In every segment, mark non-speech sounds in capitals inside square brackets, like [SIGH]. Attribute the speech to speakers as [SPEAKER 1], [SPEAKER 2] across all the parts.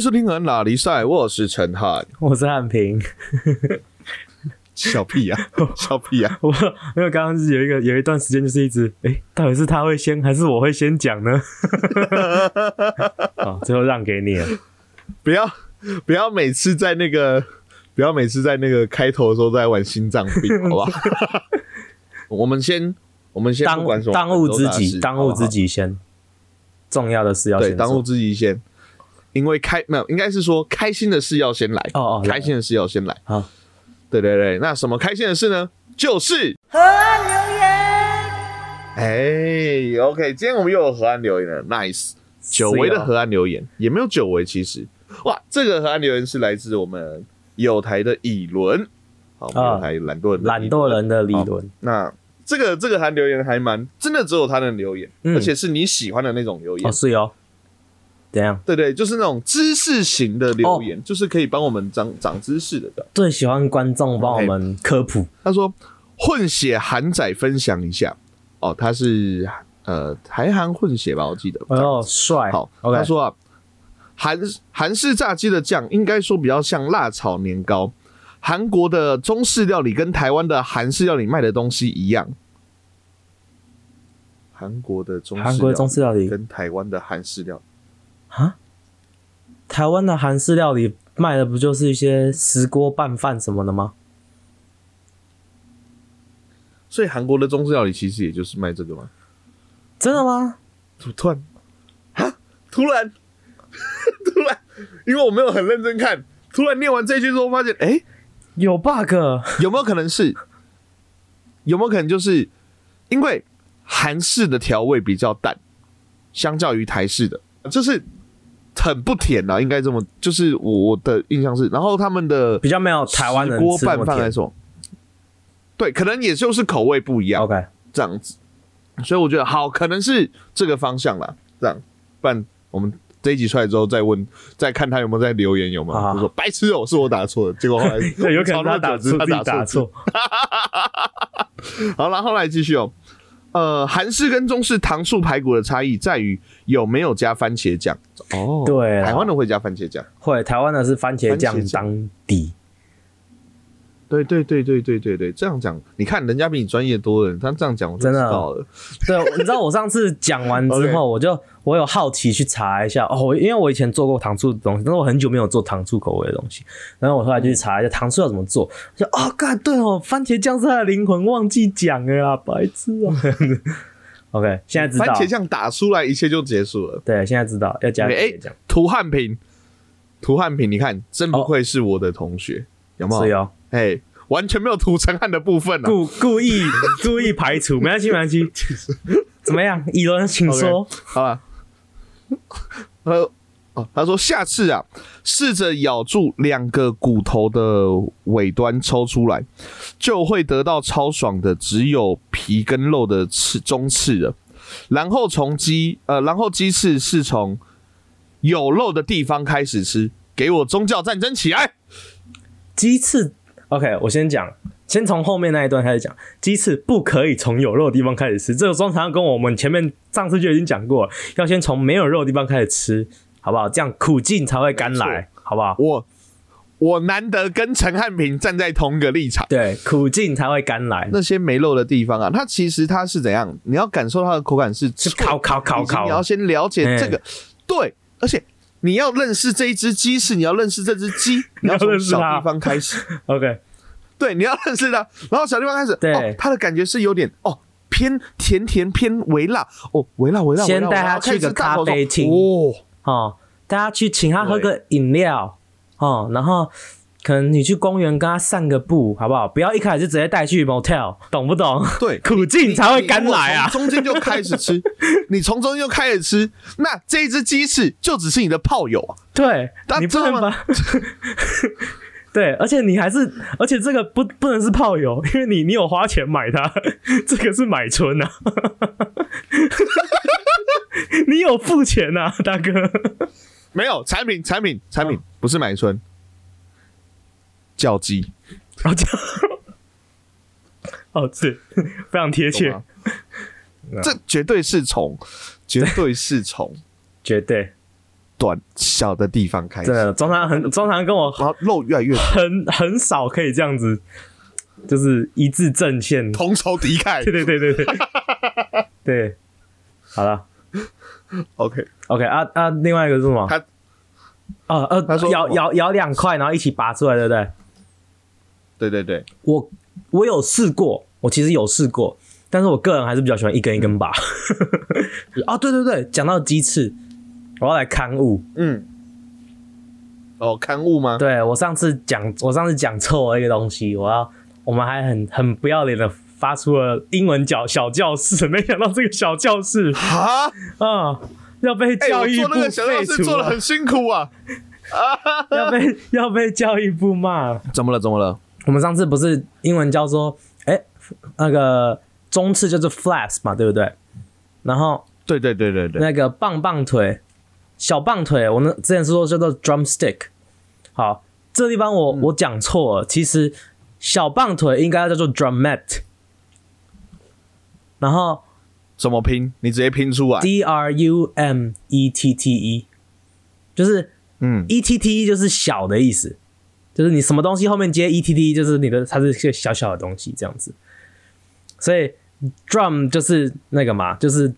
[SPEAKER 1] 收听《很哪里赛》，我是陈汉。
[SPEAKER 2] [LAUGHS] 我是汉平，
[SPEAKER 1] 小
[SPEAKER 2] 啊
[SPEAKER 1] [LAUGHS] 屁呀、小屁呀、
[SPEAKER 2] 我因为刚刚是有一个有一段时间就是一直，诶，到底是他会先还是我会先讲呢？ [LAUGHS] 好，最后让
[SPEAKER 1] [LAUGHS]
[SPEAKER 2] 给你了。
[SPEAKER 1] 不要不要每次在那个不要每次在那个开头的时候都在玩心脏病，好吧？
[SPEAKER 2] [LAUGHS]
[SPEAKER 1] 我们先我们先
[SPEAKER 2] 当
[SPEAKER 1] 不管什么
[SPEAKER 2] 当务之急，
[SPEAKER 1] 本周大事
[SPEAKER 2] 当务之，急先，重要的事要
[SPEAKER 1] 好不好对，
[SPEAKER 2] 先
[SPEAKER 1] 当务
[SPEAKER 2] 做。
[SPEAKER 1] 之急先。因为开没有，应该是说开心的事要先来
[SPEAKER 2] 哦哦来
[SPEAKER 1] 开心的事要先来。
[SPEAKER 2] 好，
[SPEAKER 1] 对对对，那什么开心的事呢？就是
[SPEAKER 3] 河岸留言。
[SPEAKER 1] 哎、o k 今天我们又有河岸留言了，nice，久
[SPEAKER 2] 哦
[SPEAKER 1] 违的河岸留言，也没有久违，其实，哇，这个河岸留言是来自我们友台的乙伦，好，我们
[SPEAKER 2] 啊
[SPEAKER 1] 友台懒惰人的
[SPEAKER 2] 懒
[SPEAKER 1] 乙
[SPEAKER 2] 惰人的理
[SPEAKER 1] 好
[SPEAKER 2] 论，
[SPEAKER 1] 那这个这个韩留言还蛮真的，只有他能留言，
[SPEAKER 2] 嗯
[SPEAKER 1] 而且是你喜欢的那种留言。
[SPEAKER 2] 哦是哦，怎样？
[SPEAKER 1] 对对，就是那种知识型的留言，
[SPEAKER 2] 哦
[SPEAKER 1] 就是可以帮我们长长知识的。
[SPEAKER 2] 最喜欢观众帮我
[SPEAKER 1] 哦
[SPEAKER 2] 们科普，
[SPEAKER 1] 他说混血韩仔分享一下，哦，他是呃台韩混血吧，我记得。
[SPEAKER 2] 哎呦帅，
[SPEAKER 1] 好，
[SPEAKER 2] ，OK，
[SPEAKER 1] 他说啊，韩韩式炸鸡的酱应该说比较像辣炒年糕，韩国的中式料理跟台湾的韩式料理卖的东西一样。韩国的中式料理
[SPEAKER 2] 韩国的中式料理
[SPEAKER 1] 跟台湾的韩式料理，
[SPEAKER 2] 台湾的韩式料理卖的不就是一些石锅拌饭什么的吗？
[SPEAKER 1] 所以韩国的中式料理其实也就是卖这个吗？
[SPEAKER 2] 真的吗？
[SPEAKER 1] 怎么突然啊？突然， [LAUGHS] 突然，因为我没有很认真看，突然念完这句之后发现，哎、
[SPEAKER 2] 有 bug，
[SPEAKER 1] 有没有可能是？有没有可能就是因为韩式的调味比较淡，相较于台式的，就是很不甜啊，应该这么，就是我我的印象是，然后他们的
[SPEAKER 2] 比较没有台湾人
[SPEAKER 1] 石锅
[SPEAKER 2] 吃那
[SPEAKER 1] 拌
[SPEAKER 2] 么
[SPEAKER 1] 饭来
[SPEAKER 2] 甜。
[SPEAKER 1] 说，对，可能也就是口味不一样
[SPEAKER 2] OK，
[SPEAKER 1] 这样子，所以我觉得好，可能是这个方向啦，这样，不然我们。这一集出来之后再问，再看他有没有在留言，有没
[SPEAKER 2] 好
[SPEAKER 1] 有？
[SPEAKER 2] 好
[SPEAKER 1] 就说白痴哦、是我打错了。结果后
[SPEAKER 2] [LAUGHS]
[SPEAKER 1] 来
[SPEAKER 2] 对，有可
[SPEAKER 1] 吵
[SPEAKER 2] 能
[SPEAKER 1] 那
[SPEAKER 2] 他
[SPEAKER 1] 么久
[SPEAKER 2] 打
[SPEAKER 1] 只是
[SPEAKER 2] 错，
[SPEAKER 1] 他
[SPEAKER 2] 自己
[SPEAKER 1] 打
[SPEAKER 2] 打
[SPEAKER 1] 错字
[SPEAKER 2] 错。
[SPEAKER 1] 好然后来继续哦。呃，韩式跟中式糖醋排骨的差异在于有没有加番茄酱。哦，
[SPEAKER 2] 对啊啦
[SPEAKER 1] 台湾的会加番茄酱。
[SPEAKER 2] 会，台湾的是番茄酱
[SPEAKER 1] 番茄酱
[SPEAKER 2] 当底，
[SPEAKER 1] 对对对对对对对，这样讲，你看人家比你专业多了，他这样讲我就
[SPEAKER 2] 真
[SPEAKER 1] 知
[SPEAKER 2] 的哦
[SPEAKER 1] 道了。
[SPEAKER 2] 对，你知道我上次讲完
[SPEAKER 1] [LAUGHS] OK
[SPEAKER 2] 之后，我就我有好奇去查一下哦，我因为我以前做过糖醋的东西，但是我很久没有做糖醋口味的东西。然后我后来就
[SPEAKER 1] 嗯
[SPEAKER 2] 去查一下糖醋要怎么做，我说哦，干对哦，番茄酱是它的灵魂，忘记讲了啦，白痴
[SPEAKER 1] [LAUGHS]
[SPEAKER 2] 哦、OK，现在知
[SPEAKER 1] 番
[SPEAKER 2] 道
[SPEAKER 1] 茄，酱打出来，一切就结束了。
[SPEAKER 2] 对，现在知道要加番
[SPEAKER 1] 哎
[SPEAKER 2] 茄酱，
[SPEAKER 1] 涂汉平，涂汉平，你看，真不愧是我的同学，有没
[SPEAKER 2] 所以
[SPEAKER 1] 有？
[SPEAKER 2] 哦，
[SPEAKER 1] 哎，完全没有涂陈汉的部分呢、啊
[SPEAKER 2] [LAUGHS] 故故意故意排除，没关系没关系，怎么样？以伦，请说。
[SPEAKER 1] 好吧。 [LAUGHS] 呃，哦，他说下次啊，试着咬住两个骨头的尾端抽出来，就会得到超爽的只有皮跟肉的刺中刺了。然后从鸡呃，然后鸡翅是从有肉的地方开始吃。给我宗教战争起来！
[SPEAKER 2] 鸡翅，OK，我先讲，先从后面那一段开始讲。鸡翅不可以从有肉的地方开始吃，这个通常跟我们前面上次就已经讲过了，要先从没有肉的地方开始吃，好不好？这样苦尽才会甘来，好不好？
[SPEAKER 1] 我我难得跟陈汉平站在同一个立场。
[SPEAKER 2] 对，苦尽才会甘来。
[SPEAKER 1] 那些没肉的地方啊，它其实它是怎样？你要感受它的口感是
[SPEAKER 2] 是烤烤烤
[SPEAKER 1] 以及你要
[SPEAKER 2] 烤，
[SPEAKER 1] 先了解这
[SPEAKER 2] 哎
[SPEAKER 1] 个，对，而且你要认识这一只鸡是你要认识这只
[SPEAKER 2] [LAUGHS]
[SPEAKER 1] 鸡，你要从
[SPEAKER 2] 认识
[SPEAKER 1] 小
[SPEAKER 2] 它
[SPEAKER 1] 地方开始， [LAUGHS]
[SPEAKER 2] ，OK，
[SPEAKER 1] 对，你要认识它，然后小地方开始，
[SPEAKER 2] 对
[SPEAKER 1] 哦，它的感觉是有点哦。偏甜甜偏微辣哦，微辣微辣，微
[SPEAKER 2] 先
[SPEAKER 1] 辣
[SPEAKER 2] 带它
[SPEAKER 1] 微辣
[SPEAKER 2] 去
[SPEAKER 1] 开始
[SPEAKER 2] 个
[SPEAKER 1] 大口
[SPEAKER 2] 咖啡
[SPEAKER 1] 说
[SPEAKER 2] 厅
[SPEAKER 1] 哦，
[SPEAKER 2] 哦，大家去请他喝个饮料，哦，然后可能你去公园跟他散个步，好不好？不要一开始就直接带去 motel，懂不懂？
[SPEAKER 1] 对，
[SPEAKER 2] [LAUGHS] 苦尽才会甘来啊
[SPEAKER 1] 你！如果从中间就开始
[SPEAKER 2] [LAUGHS]
[SPEAKER 1] 吃，你从中间就开始吃，那这一只鸡翅就只是你的炮友啊，
[SPEAKER 2] 对
[SPEAKER 1] 大，
[SPEAKER 2] 你
[SPEAKER 1] 家知
[SPEAKER 2] 不
[SPEAKER 1] 道
[SPEAKER 2] 能
[SPEAKER 1] 吗
[SPEAKER 2] 把。 [LAUGHS] 对，而且你还是，而且这个不不能是炮友， [LAUGHS] 因为你你有花钱买它， [LAUGHS] 这个是买春啊， [LAUGHS] 你有付钱啊，大哥。 [LAUGHS]
[SPEAKER 1] 没有产品，产品，产
[SPEAKER 2] 嗯
[SPEAKER 1] 品不是买春，叫鸡，
[SPEAKER 2] 然后就， [LAUGHS] 哦，是非常贴
[SPEAKER 1] 懂
[SPEAKER 2] 切
[SPEAKER 1] 吗， [LAUGHS] 这绝对是虫，绝对是虫。
[SPEAKER 2] 绝对
[SPEAKER 1] 短小的地方开始
[SPEAKER 2] 真，的，中堂很中堂跟我
[SPEAKER 1] 然后肉越来
[SPEAKER 2] [LAUGHS]
[SPEAKER 1] 越
[SPEAKER 2] 很很少可以这样子，就是一致阵线。 [LAUGHS]
[SPEAKER 1] 同仇敌忾
[SPEAKER 2] 对。对
[SPEAKER 1] [LAUGHS]
[SPEAKER 2] 对对对对，好了
[SPEAKER 1] OK，
[SPEAKER 2] ，OK 啊啊，另外一个是什么？
[SPEAKER 1] 他
[SPEAKER 2] 啊呃，
[SPEAKER 1] 他说
[SPEAKER 2] 咬
[SPEAKER 1] 什么
[SPEAKER 2] 咬咬两块，然后一起拔出来，对不对？
[SPEAKER 1] 对对对，
[SPEAKER 2] 我我有试过，我其实有试过，但是我个人还是比较喜欢一根一根拔。 [LAUGHS] 啊，对对对，讲到鸡翅，我要来刊物。
[SPEAKER 1] 嗯，哦，刊物吗？
[SPEAKER 2] 对我上次讲，我上次讲错了一个东西，我要我们还很很不要脸的发出了英文教小教室，没想到这个小教室
[SPEAKER 1] 哈，
[SPEAKER 2] 啊要被
[SPEAKER 1] 哎、
[SPEAKER 2] 教
[SPEAKER 1] 我
[SPEAKER 2] 育
[SPEAKER 1] 做
[SPEAKER 2] 部
[SPEAKER 1] 那个小教
[SPEAKER 2] 废
[SPEAKER 1] 室
[SPEAKER 2] 除
[SPEAKER 1] 做的
[SPEAKER 2] 了，
[SPEAKER 1] 很辛苦啊。
[SPEAKER 2] 要被要被教育部骂了。
[SPEAKER 1] 怎么了？怎么了？
[SPEAKER 2] 我们上次不是英文教说，哎、那个中次就是 flash 嘛，对不对？然后
[SPEAKER 1] 对对对对对，
[SPEAKER 2] 那个棒棒腿、小棒腿，我们之前说叫做 drumstick。好，这地方我、我讲错了，其实小棒腿应该叫做 drumette，然后
[SPEAKER 1] 怎么拼？你直接拼出来。
[SPEAKER 2] d r u m e t t e，就是
[SPEAKER 1] 嗯
[SPEAKER 2] e t t 就是小的意思，就是你什么东西后面接 e t t，就是你的它是一个小小的东西这样子。所以 drum 就是那个嘛，就是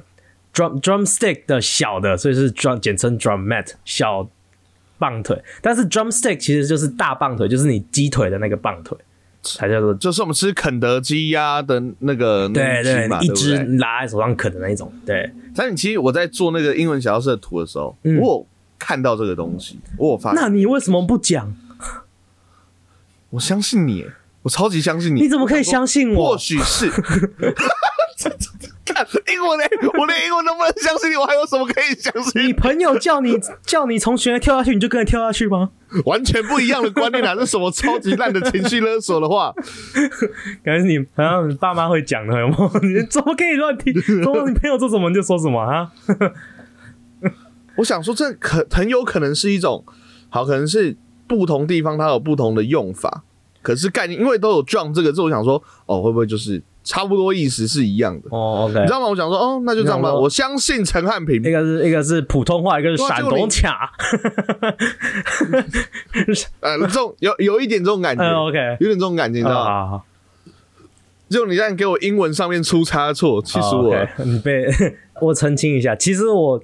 [SPEAKER 2] drum drumstick 的小的，所以是 drum 简称 drumette 小棒腿。但是 drumstick 其实就是大棒腿，就是你鸡腿的那个棒腿，才叫做
[SPEAKER 1] 就是我们吃肯德基呀、的那个那
[SPEAKER 2] 对
[SPEAKER 1] 一只
[SPEAKER 2] 对
[SPEAKER 1] 嘛，，
[SPEAKER 2] 一
[SPEAKER 1] 对不
[SPEAKER 2] 只
[SPEAKER 1] 对？
[SPEAKER 2] 拿在手上啃的那一种。对，
[SPEAKER 1] 但你其实我在做那个英文小教室的图的时候，
[SPEAKER 2] 嗯
[SPEAKER 1] 我有看到这个东西，我有发现，
[SPEAKER 2] 那你为什么不讲？
[SPEAKER 1] 我相信你，我超级相信你。
[SPEAKER 2] 你怎么可以相信我
[SPEAKER 1] 或？许
[SPEAKER 2] [LAUGHS]
[SPEAKER 1] 是。看英文嘞，我连英文都不能相信你，我还有什么可以相信
[SPEAKER 2] 你？朋友叫你 [LAUGHS] 叫你从悬崖跳下去，你就跟着跳下去吗？
[SPEAKER 1] 完全不一样的观念啊！这什么超级烂的情绪勒索的话？
[SPEAKER 2] 感觉你好像你爸妈会讲的，有没有？ [LAUGHS] 你怎么可以乱听？怎么你朋友做什么你就说什么啊？
[SPEAKER 1] 我想说，这可很有可能是一种，好，可能是不同地方它有不同的用法，可是概念因为都有 drum 这个字，我想说，哦，会不会就是差不多意思是一样的？
[SPEAKER 2] 哦
[SPEAKER 1] 你
[SPEAKER 2] ，OK，
[SPEAKER 1] 知道吗？我想说，哦，那就这样
[SPEAKER 2] 你
[SPEAKER 1] 吧。
[SPEAKER 2] 想说
[SPEAKER 1] 我相信陈汉平
[SPEAKER 2] 一，个是一个是普通话，一个是闪东卡， [LAUGHS]
[SPEAKER 1] 呃，这种有有一点这种 [LAUGHS] 感觉，
[SPEAKER 2] 嗯，OK，哦
[SPEAKER 1] 有点这种感觉，你知道吗？
[SPEAKER 2] 好好，
[SPEAKER 1] 就你这样给我英文上面出差错，气死我 [LAUGHS] 了！
[SPEAKER 2] 你被 [LAUGHS] 我澄清一下，其实我。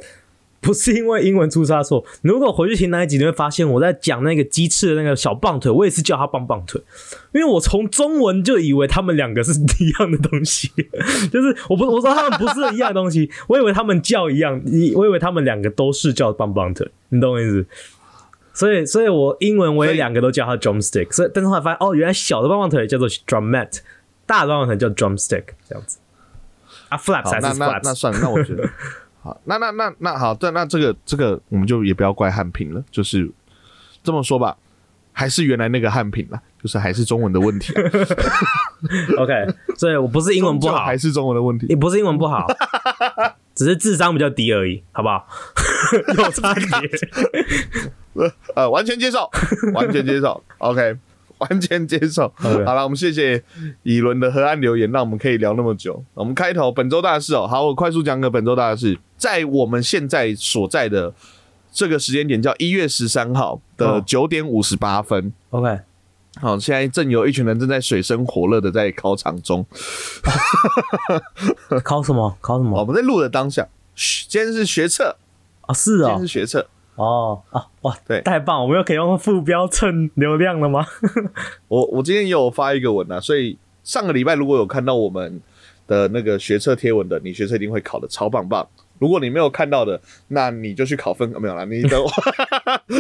[SPEAKER 2] 不是因为英文出差错，如果回去听那一集，你会发现我在讲那个鸡翅的那个小棒腿，我也是叫它棒棒腿，因为我从中文就以为他们两个是一样的东西， [LAUGHS] 就是我不我说他们不是一样的东西，我以为他们叫一样，以我以为他们两个都是叫棒棒腿，你懂我意思？所以，所以我英文我也
[SPEAKER 1] 所以
[SPEAKER 2] 两个都叫它 drumstick，所以但是后来发现哦，原来小的棒棒腿叫做 drumette，大的棒棒腿叫 drumstick 这样子。啊，flaps
[SPEAKER 1] 好，
[SPEAKER 2] 还是
[SPEAKER 1] 那那
[SPEAKER 2] flaps？
[SPEAKER 1] 那算了，那我觉得
[SPEAKER 2] [LAUGHS]
[SPEAKER 1] 好，那那那那好，对，那这个这个我们就也不要怪汉平了，就是这么说吧，还是原来那个汉平啦，就是还是中文的问题
[SPEAKER 2] [LAUGHS]
[SPEAKER 1] 啊、
[SPEAKER 2] OK，所以我不是英文不
[SPEAKER 1] 终究 [LAUGHS]
[SPEAKER 2] 好
[SPEAKER 1] 还，是中文的问题
[SPEAKER 2] 也，不是英文
[SPEAKER 1] [LAUGHS]
[SPEAKER 2] 不好，只是智商比较低而已，好不好？有差别。
[SPEAKER 1] [LAUGHS] 呃，完全接受，完全接受，OK，完 [LAUGHS] 全接受。
[SPEAKER 2] OK
[SPEAKER 1] 好了，我们谢谢以伦的河岸留言，让我们可以聊那么久。我们开头本周大事哦，好，我快速讲个本周大事，在我们现在所在的这个时间点叫一月十三号的
[SPEAKER 2] 哦
[SPEAKER 1] 九点五十八分。
[SPEAKER 2] OK，
[SPEAKER 1] 好，现在正有一群人正在水深火热的在考场中。
[SPEAKER 2] 考什么？考什
[SPEAKER 1] 哦我
[SPEAKER 2] 么？
[SPEAKER 1] 们在录的当下，嘘今天是学测，
[SPEAKER 2] 啊，是
[SPEAKER 1] 今天
[SPEAKER 2] 哦
[SPEAKER 1] 是，学测。
[SPEAKER 2] 哦，啊，哇，
[SPEAKER 1] 对
[SPEAKER 2] 太棒！我们又可以用副标蹭流量
[SPEAKER 1] [LAUGHS]
[SPEAKER 2] 了吗？
[SPEAKER 1] 我我今天也有发一个文啊，所以上个礼拜如果有看到我们的那个学测贴文的，你学测一定会考的超棒棒。如果你没有看到的，那你就去考分，啊没有啦，你等我，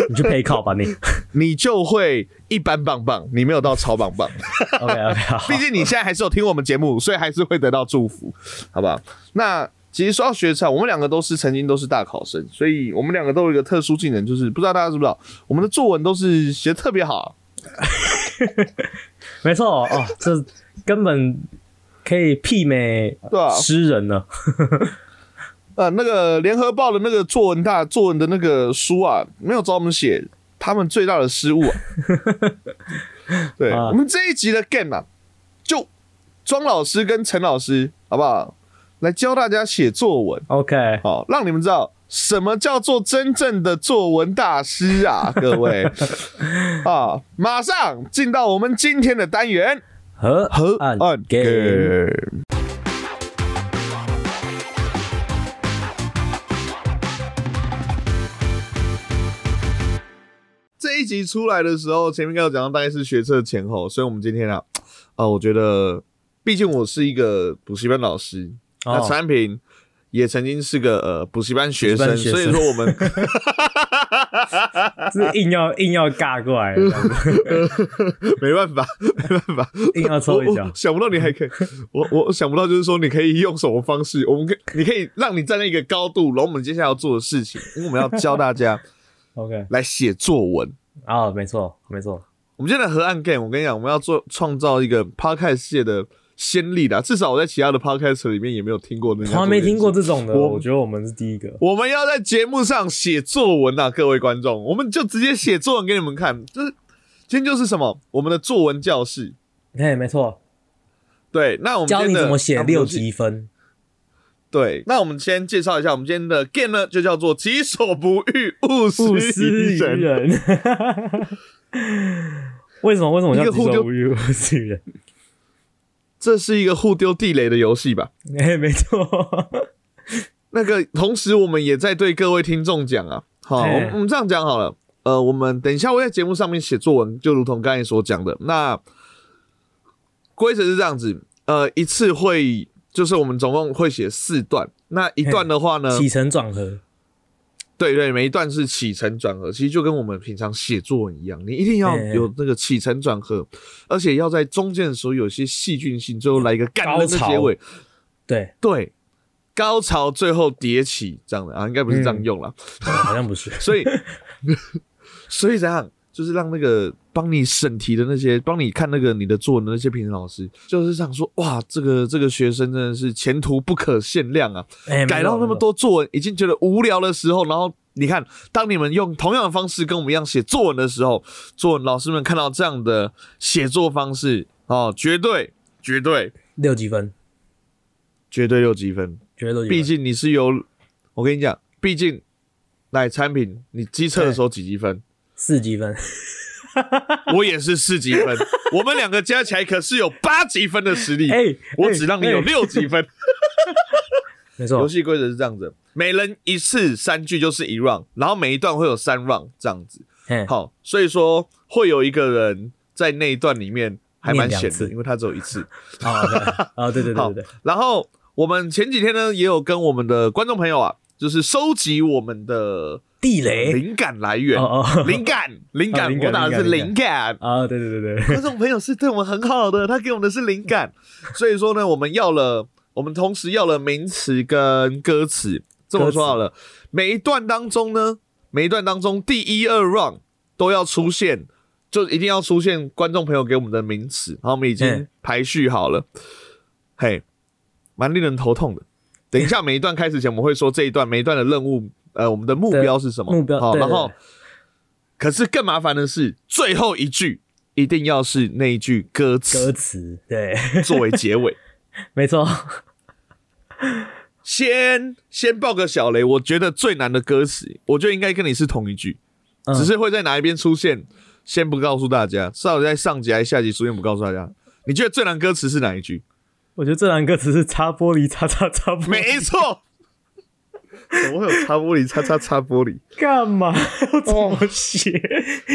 [SPEAKER 2] 你去陪考吧你。
[SPEAKER 1] [LAUGHS] 你就会一般棒棒，你没有到超棒棒。
[SPEAKER 2] OK OK，
[SPEAKER 1] [LAUGHS]
[SPEAKER 2] 好，
[SPEAKER 1] 毕竟你现在还是有听我们节目，所以还是会得到祝福，好不好？那其实说到学测，我们两个都是曾经都是大考生，所以我们两个都有一个特殊技能，就是不知道大家知不知道，我们的作文都是写得特别好。
[SPEAKER 2] 没错哦，这根本可以媲美
[SPEAKER 1] 对啊
[SPEAKER 2] 诗人了。
[SPEAKER 1] 呃，那个联合报的那个作文大作文的那个书啊，没有找我们写他们最大的失误、啊。对、
[SPEAKER 2] 啊
[SPEAKER 1] 我们这一集的 game 啊，就庄老师跟陈老师，好不好？来教大家写作文。
[SPEAKER 2] OK，
[SPEAKER 1] 好，让你们知道什么叫做真正的作文大师啊，各位啊！马上进到我们今天的单元
[SPEAKER 2] 和
[SPEAKER 1] 河
[SPEAKER 2] 岸
[SPEAKER 1] 岸
[SPEAKER 2] game，
[SPEAKER 1] game。这一集出来的时候，前面刚有讲到大概是学测前后，所以我们今天啊，啊，我觉得，毕竟我是一个补习班老师，那
[SPEAKER 2] 哦，
[SPEAKER 1] 产品也曾经是个呃补习班学生，
[SPEAKER 2] 补
[SPEAKER 1] 所
[SPEAKER 2] 习班学
[SPEAKER 1] 以
[SPEAKER 2] 生
[SPEAKER 1] 说我
[SPEAKER 2] [LAUGHS]
[SPEAKER 1] 们
[SPEAKER 2] 是硬要硬要尬过来，
[SPEAKER 1] [LAUGHS] 没办法，没办法，
[SPEAKER 2] 硬要抽一
[SPEAKER 1] 我 [LAUGHS]
[SPEAKER 2] 脚
[SPEAKER 1] 我。想不到你还可以，我我想不到就是说你可以用什么方式，我们可以你可以让你站在一个高度，然后我们接下来要做的事情，因为我们要教大家
[SPEAKER 2] OK，
[SPEAKER 1] 来写作文。
[SPEAKER 2] 啊，没错没错，
[SPEAKER 1] 我们现在的河岸 game，我跟你讲，我们要做创造一个 podcast 界的先例的，至少我在其他的 podcast 里面也没有听过那样，
[SPEAKER 2] 从来没听过。这种的，
[SPEAKER 1] 我
[SPEAKER 2] 我觉得我们是第一个。
[SPEAKER 1] 我们要在节目上写作文啊，各位观众，我们就直接写作文给你们看。就是今天就是什么，我们的作文教室。
[SPEAKER 2] 哎，没错，
[SPEAKER 1] 对，那我们今
[SPEAKER 2] 教
[SPEAKER 1] 天
[SPEAKER 2] 你
[SPEAKER 1] 的
[SPEAKER 2] 怎么写
[SPEAKER 1] 啊
[SPEAKER 2] 六
[SPEAKER 1] 不是
[SPEAKER 2] 级分。
[SPEAKER 1] 对，那我们先介绍一下，我们今天的 game 呢，就叫做“己所不欲，勿
[SPEAKER 2] 不
[SPEAKER 1] 施
[SPEAKER 2] 思
[SPEAKER 1] 于
[SPEAKER 2] 于
[SPEAKER 1] 人
[SPEAKER 2] 人。 [LAUGHS] 为什么？为什么
[SPEAKER 1] 一
[SPEAKER 2] 叫
[SPEAKER 1] 个
[SPEAKER 2] 己
[SPEAKER 1] 互
[SPEAKER 2] 所
[SPEAKER 1] 丢
[SPEAKER 2] 不欲，勿施于人？”，
[SPEAKER 1] 这是一个互丢地雷的游戏吧？
[SPEAKER 2] 哎、没错，
[SPEAKER 1] 那个，同时我们也在对各位听众讲啊，好，我
[SPEAKER 2] 哎
[SPEAKER 1] 们我们这样讲好了，呃，我们等一下会在节目上面写作文，就如同刚才所讲的，那规则是这样子，呃，一次会就是我们总共会写四段，那一段的话呢，
[SPEAKER 2] 起承转合，
[SPEAKER 1] 对对，每一段是起承转合，其实就跟我们平常写作文一样，你一定要
[SPEAKER 2] 哎哎
[SPEAKER 1] 有那个起承转合，而且要在中间的时候有一些戏剧性，最后来一个感人的结尾，
[SPEAKER 2] 对，
[SPEAKER 1] 对，高潮最后迭起这样的啊，应该不是这
[SPEAKER 2] 嗯
[SPEAKER 1] 样用啦，
[SPEAKER 2] 好像不是。
[SPEAKER 1] 所以所以怎样，就是让那个帮你审题的那些，帮你看那个你的作文的那些评审老师，就是想说，哇，这个这个学生真的是前途不可限量啊，
[SPEAKER 2] 哎、没错
[SPEAKER 1] [LAUGHS] 改到那么，多作文，已经觉得无聊的时候，然后你看，当你们用同样的方式跟我们一样写作文的时候，作文老师们看到这样的写作方式，哦，绝对、绝对、
[SPEAKER 2] 没错六级分，
[SPEAKER 1] 绝对六积分。
[SPEAKER 2] 绝对六级分。
[SPEAKER 1] 毕竟你是由，我跟你讲，毕竟奶产品你机测的时候几积分，
[SPEAKER 2] 四级分，
[SPEAKER 1] 我也是四积
[SPEAKER 2] [LAUGHS]
[SPEAKER 1] 分，我们两个加起来可是有八积分的实力。
[SPEAKER 2] 哎、
[SPEAKER 1] 我只让你有
[SPEAKER 2] 哎哎哦
[SPEAKER 1] 六积
[SPEAKER 2] [LAUGHS]
[SPEAKER 1] 分。
[SPEAKER 2] 没
[SPEAKER 1] 游
[SPEAKER 2] 错，
[SPEAKER 1] 戏规则是这样子，每人一次三句就是一 round，然后每一段会有三 round 这样子。
[SPEAKER 2] 哎，
[SPEAKER 1] 好，所以说会有一个人在那一段里面还蛮
[SPEAKER 2] 念
[SPEAKER 1] 闲
[SPEAKER 2] 两
[SPEAKER 1] 的，
[SPEAKER 2] 次
[SPEAKER 1] 因为他只有一次。
[SPEAKER 2] 好，啊、哦， [LAUGHS] 对对对
[SPEAKER 1] 好
[SPEAKER 2] 对对，
[SPEAKER 1] 然后我们前几天呢，也有跟我们的观众朋友啊，就是收集我们的
[SPEAKER 2] 地雷，
[SPEAKER 1] 灵感来源，
[SPEAKER 2] 哎哦哦，
[SPEAKER 1] 灵感，灵感，
[SPEAKER 2] 灵感
[SPEAKER 1] 我打的是灵
[SPEAKER 2] 灵
[SPEAKER 1] 感。
[SPEAKER 2] 啊，对对对对， [LAUGHS]
[SPEAKER 1] 观众朋友是对我们很好的，他给我们的是灵感，所以说呢，我们要了，我们同时要了名词跟歌词。这么说好了，每一段当中呢，每一段当中第一二 round 都要出现，就一定要出现观众朋友给我们的名词，然后我们已经
[SPEAKER 2] 嗯
[SPEAKER 1] 排序好了，嘿，蛮令人头痛的。等一下，每一段开始前，我们会说这一段每一段的任务，呃，我们的目标是什么？
[SPEAKER 2] 目标
[SPEAKER 1] 好，
[SPEAKER 2] 对
[SPEAKER 1] 然后
[SPEAKER 2] 对
[SPEAKER 1] 可是更麻烦的是，最后一句一定要是那一句歌
[SPEAKER 2] 歌
[SPEAKER 1] 词
[SPEAKER 2] 词，对， [LAUGHS]
[SPEAKER 1] 作为结尾。 [LAUGHS]
[SPEAKER 2] 没错，
[SPEAKER 1] 先先爆个小雷，我觉得最难的歌词，我觉得应该跟你是同一句，
[SPEAKER 2] 嗯
[SPEAKER 1] 只是会在哪一边出现，先不告诉大家，至少在上集还是下集出现不告诉大家。你觉得最难歌词是哪一 [LAUGHS] 句？
[SPEAKER 2] 我觉得这两个词是擦玻璃，擦擦擦玻璃，
[SPEAKER 1] 没错，怎么会有擦玻璃？擦擦擦玻璃。
[SPEAKER 2] 干嘛？ [LAUGHS] 要怎么写？
[SPEAKER 1] 哦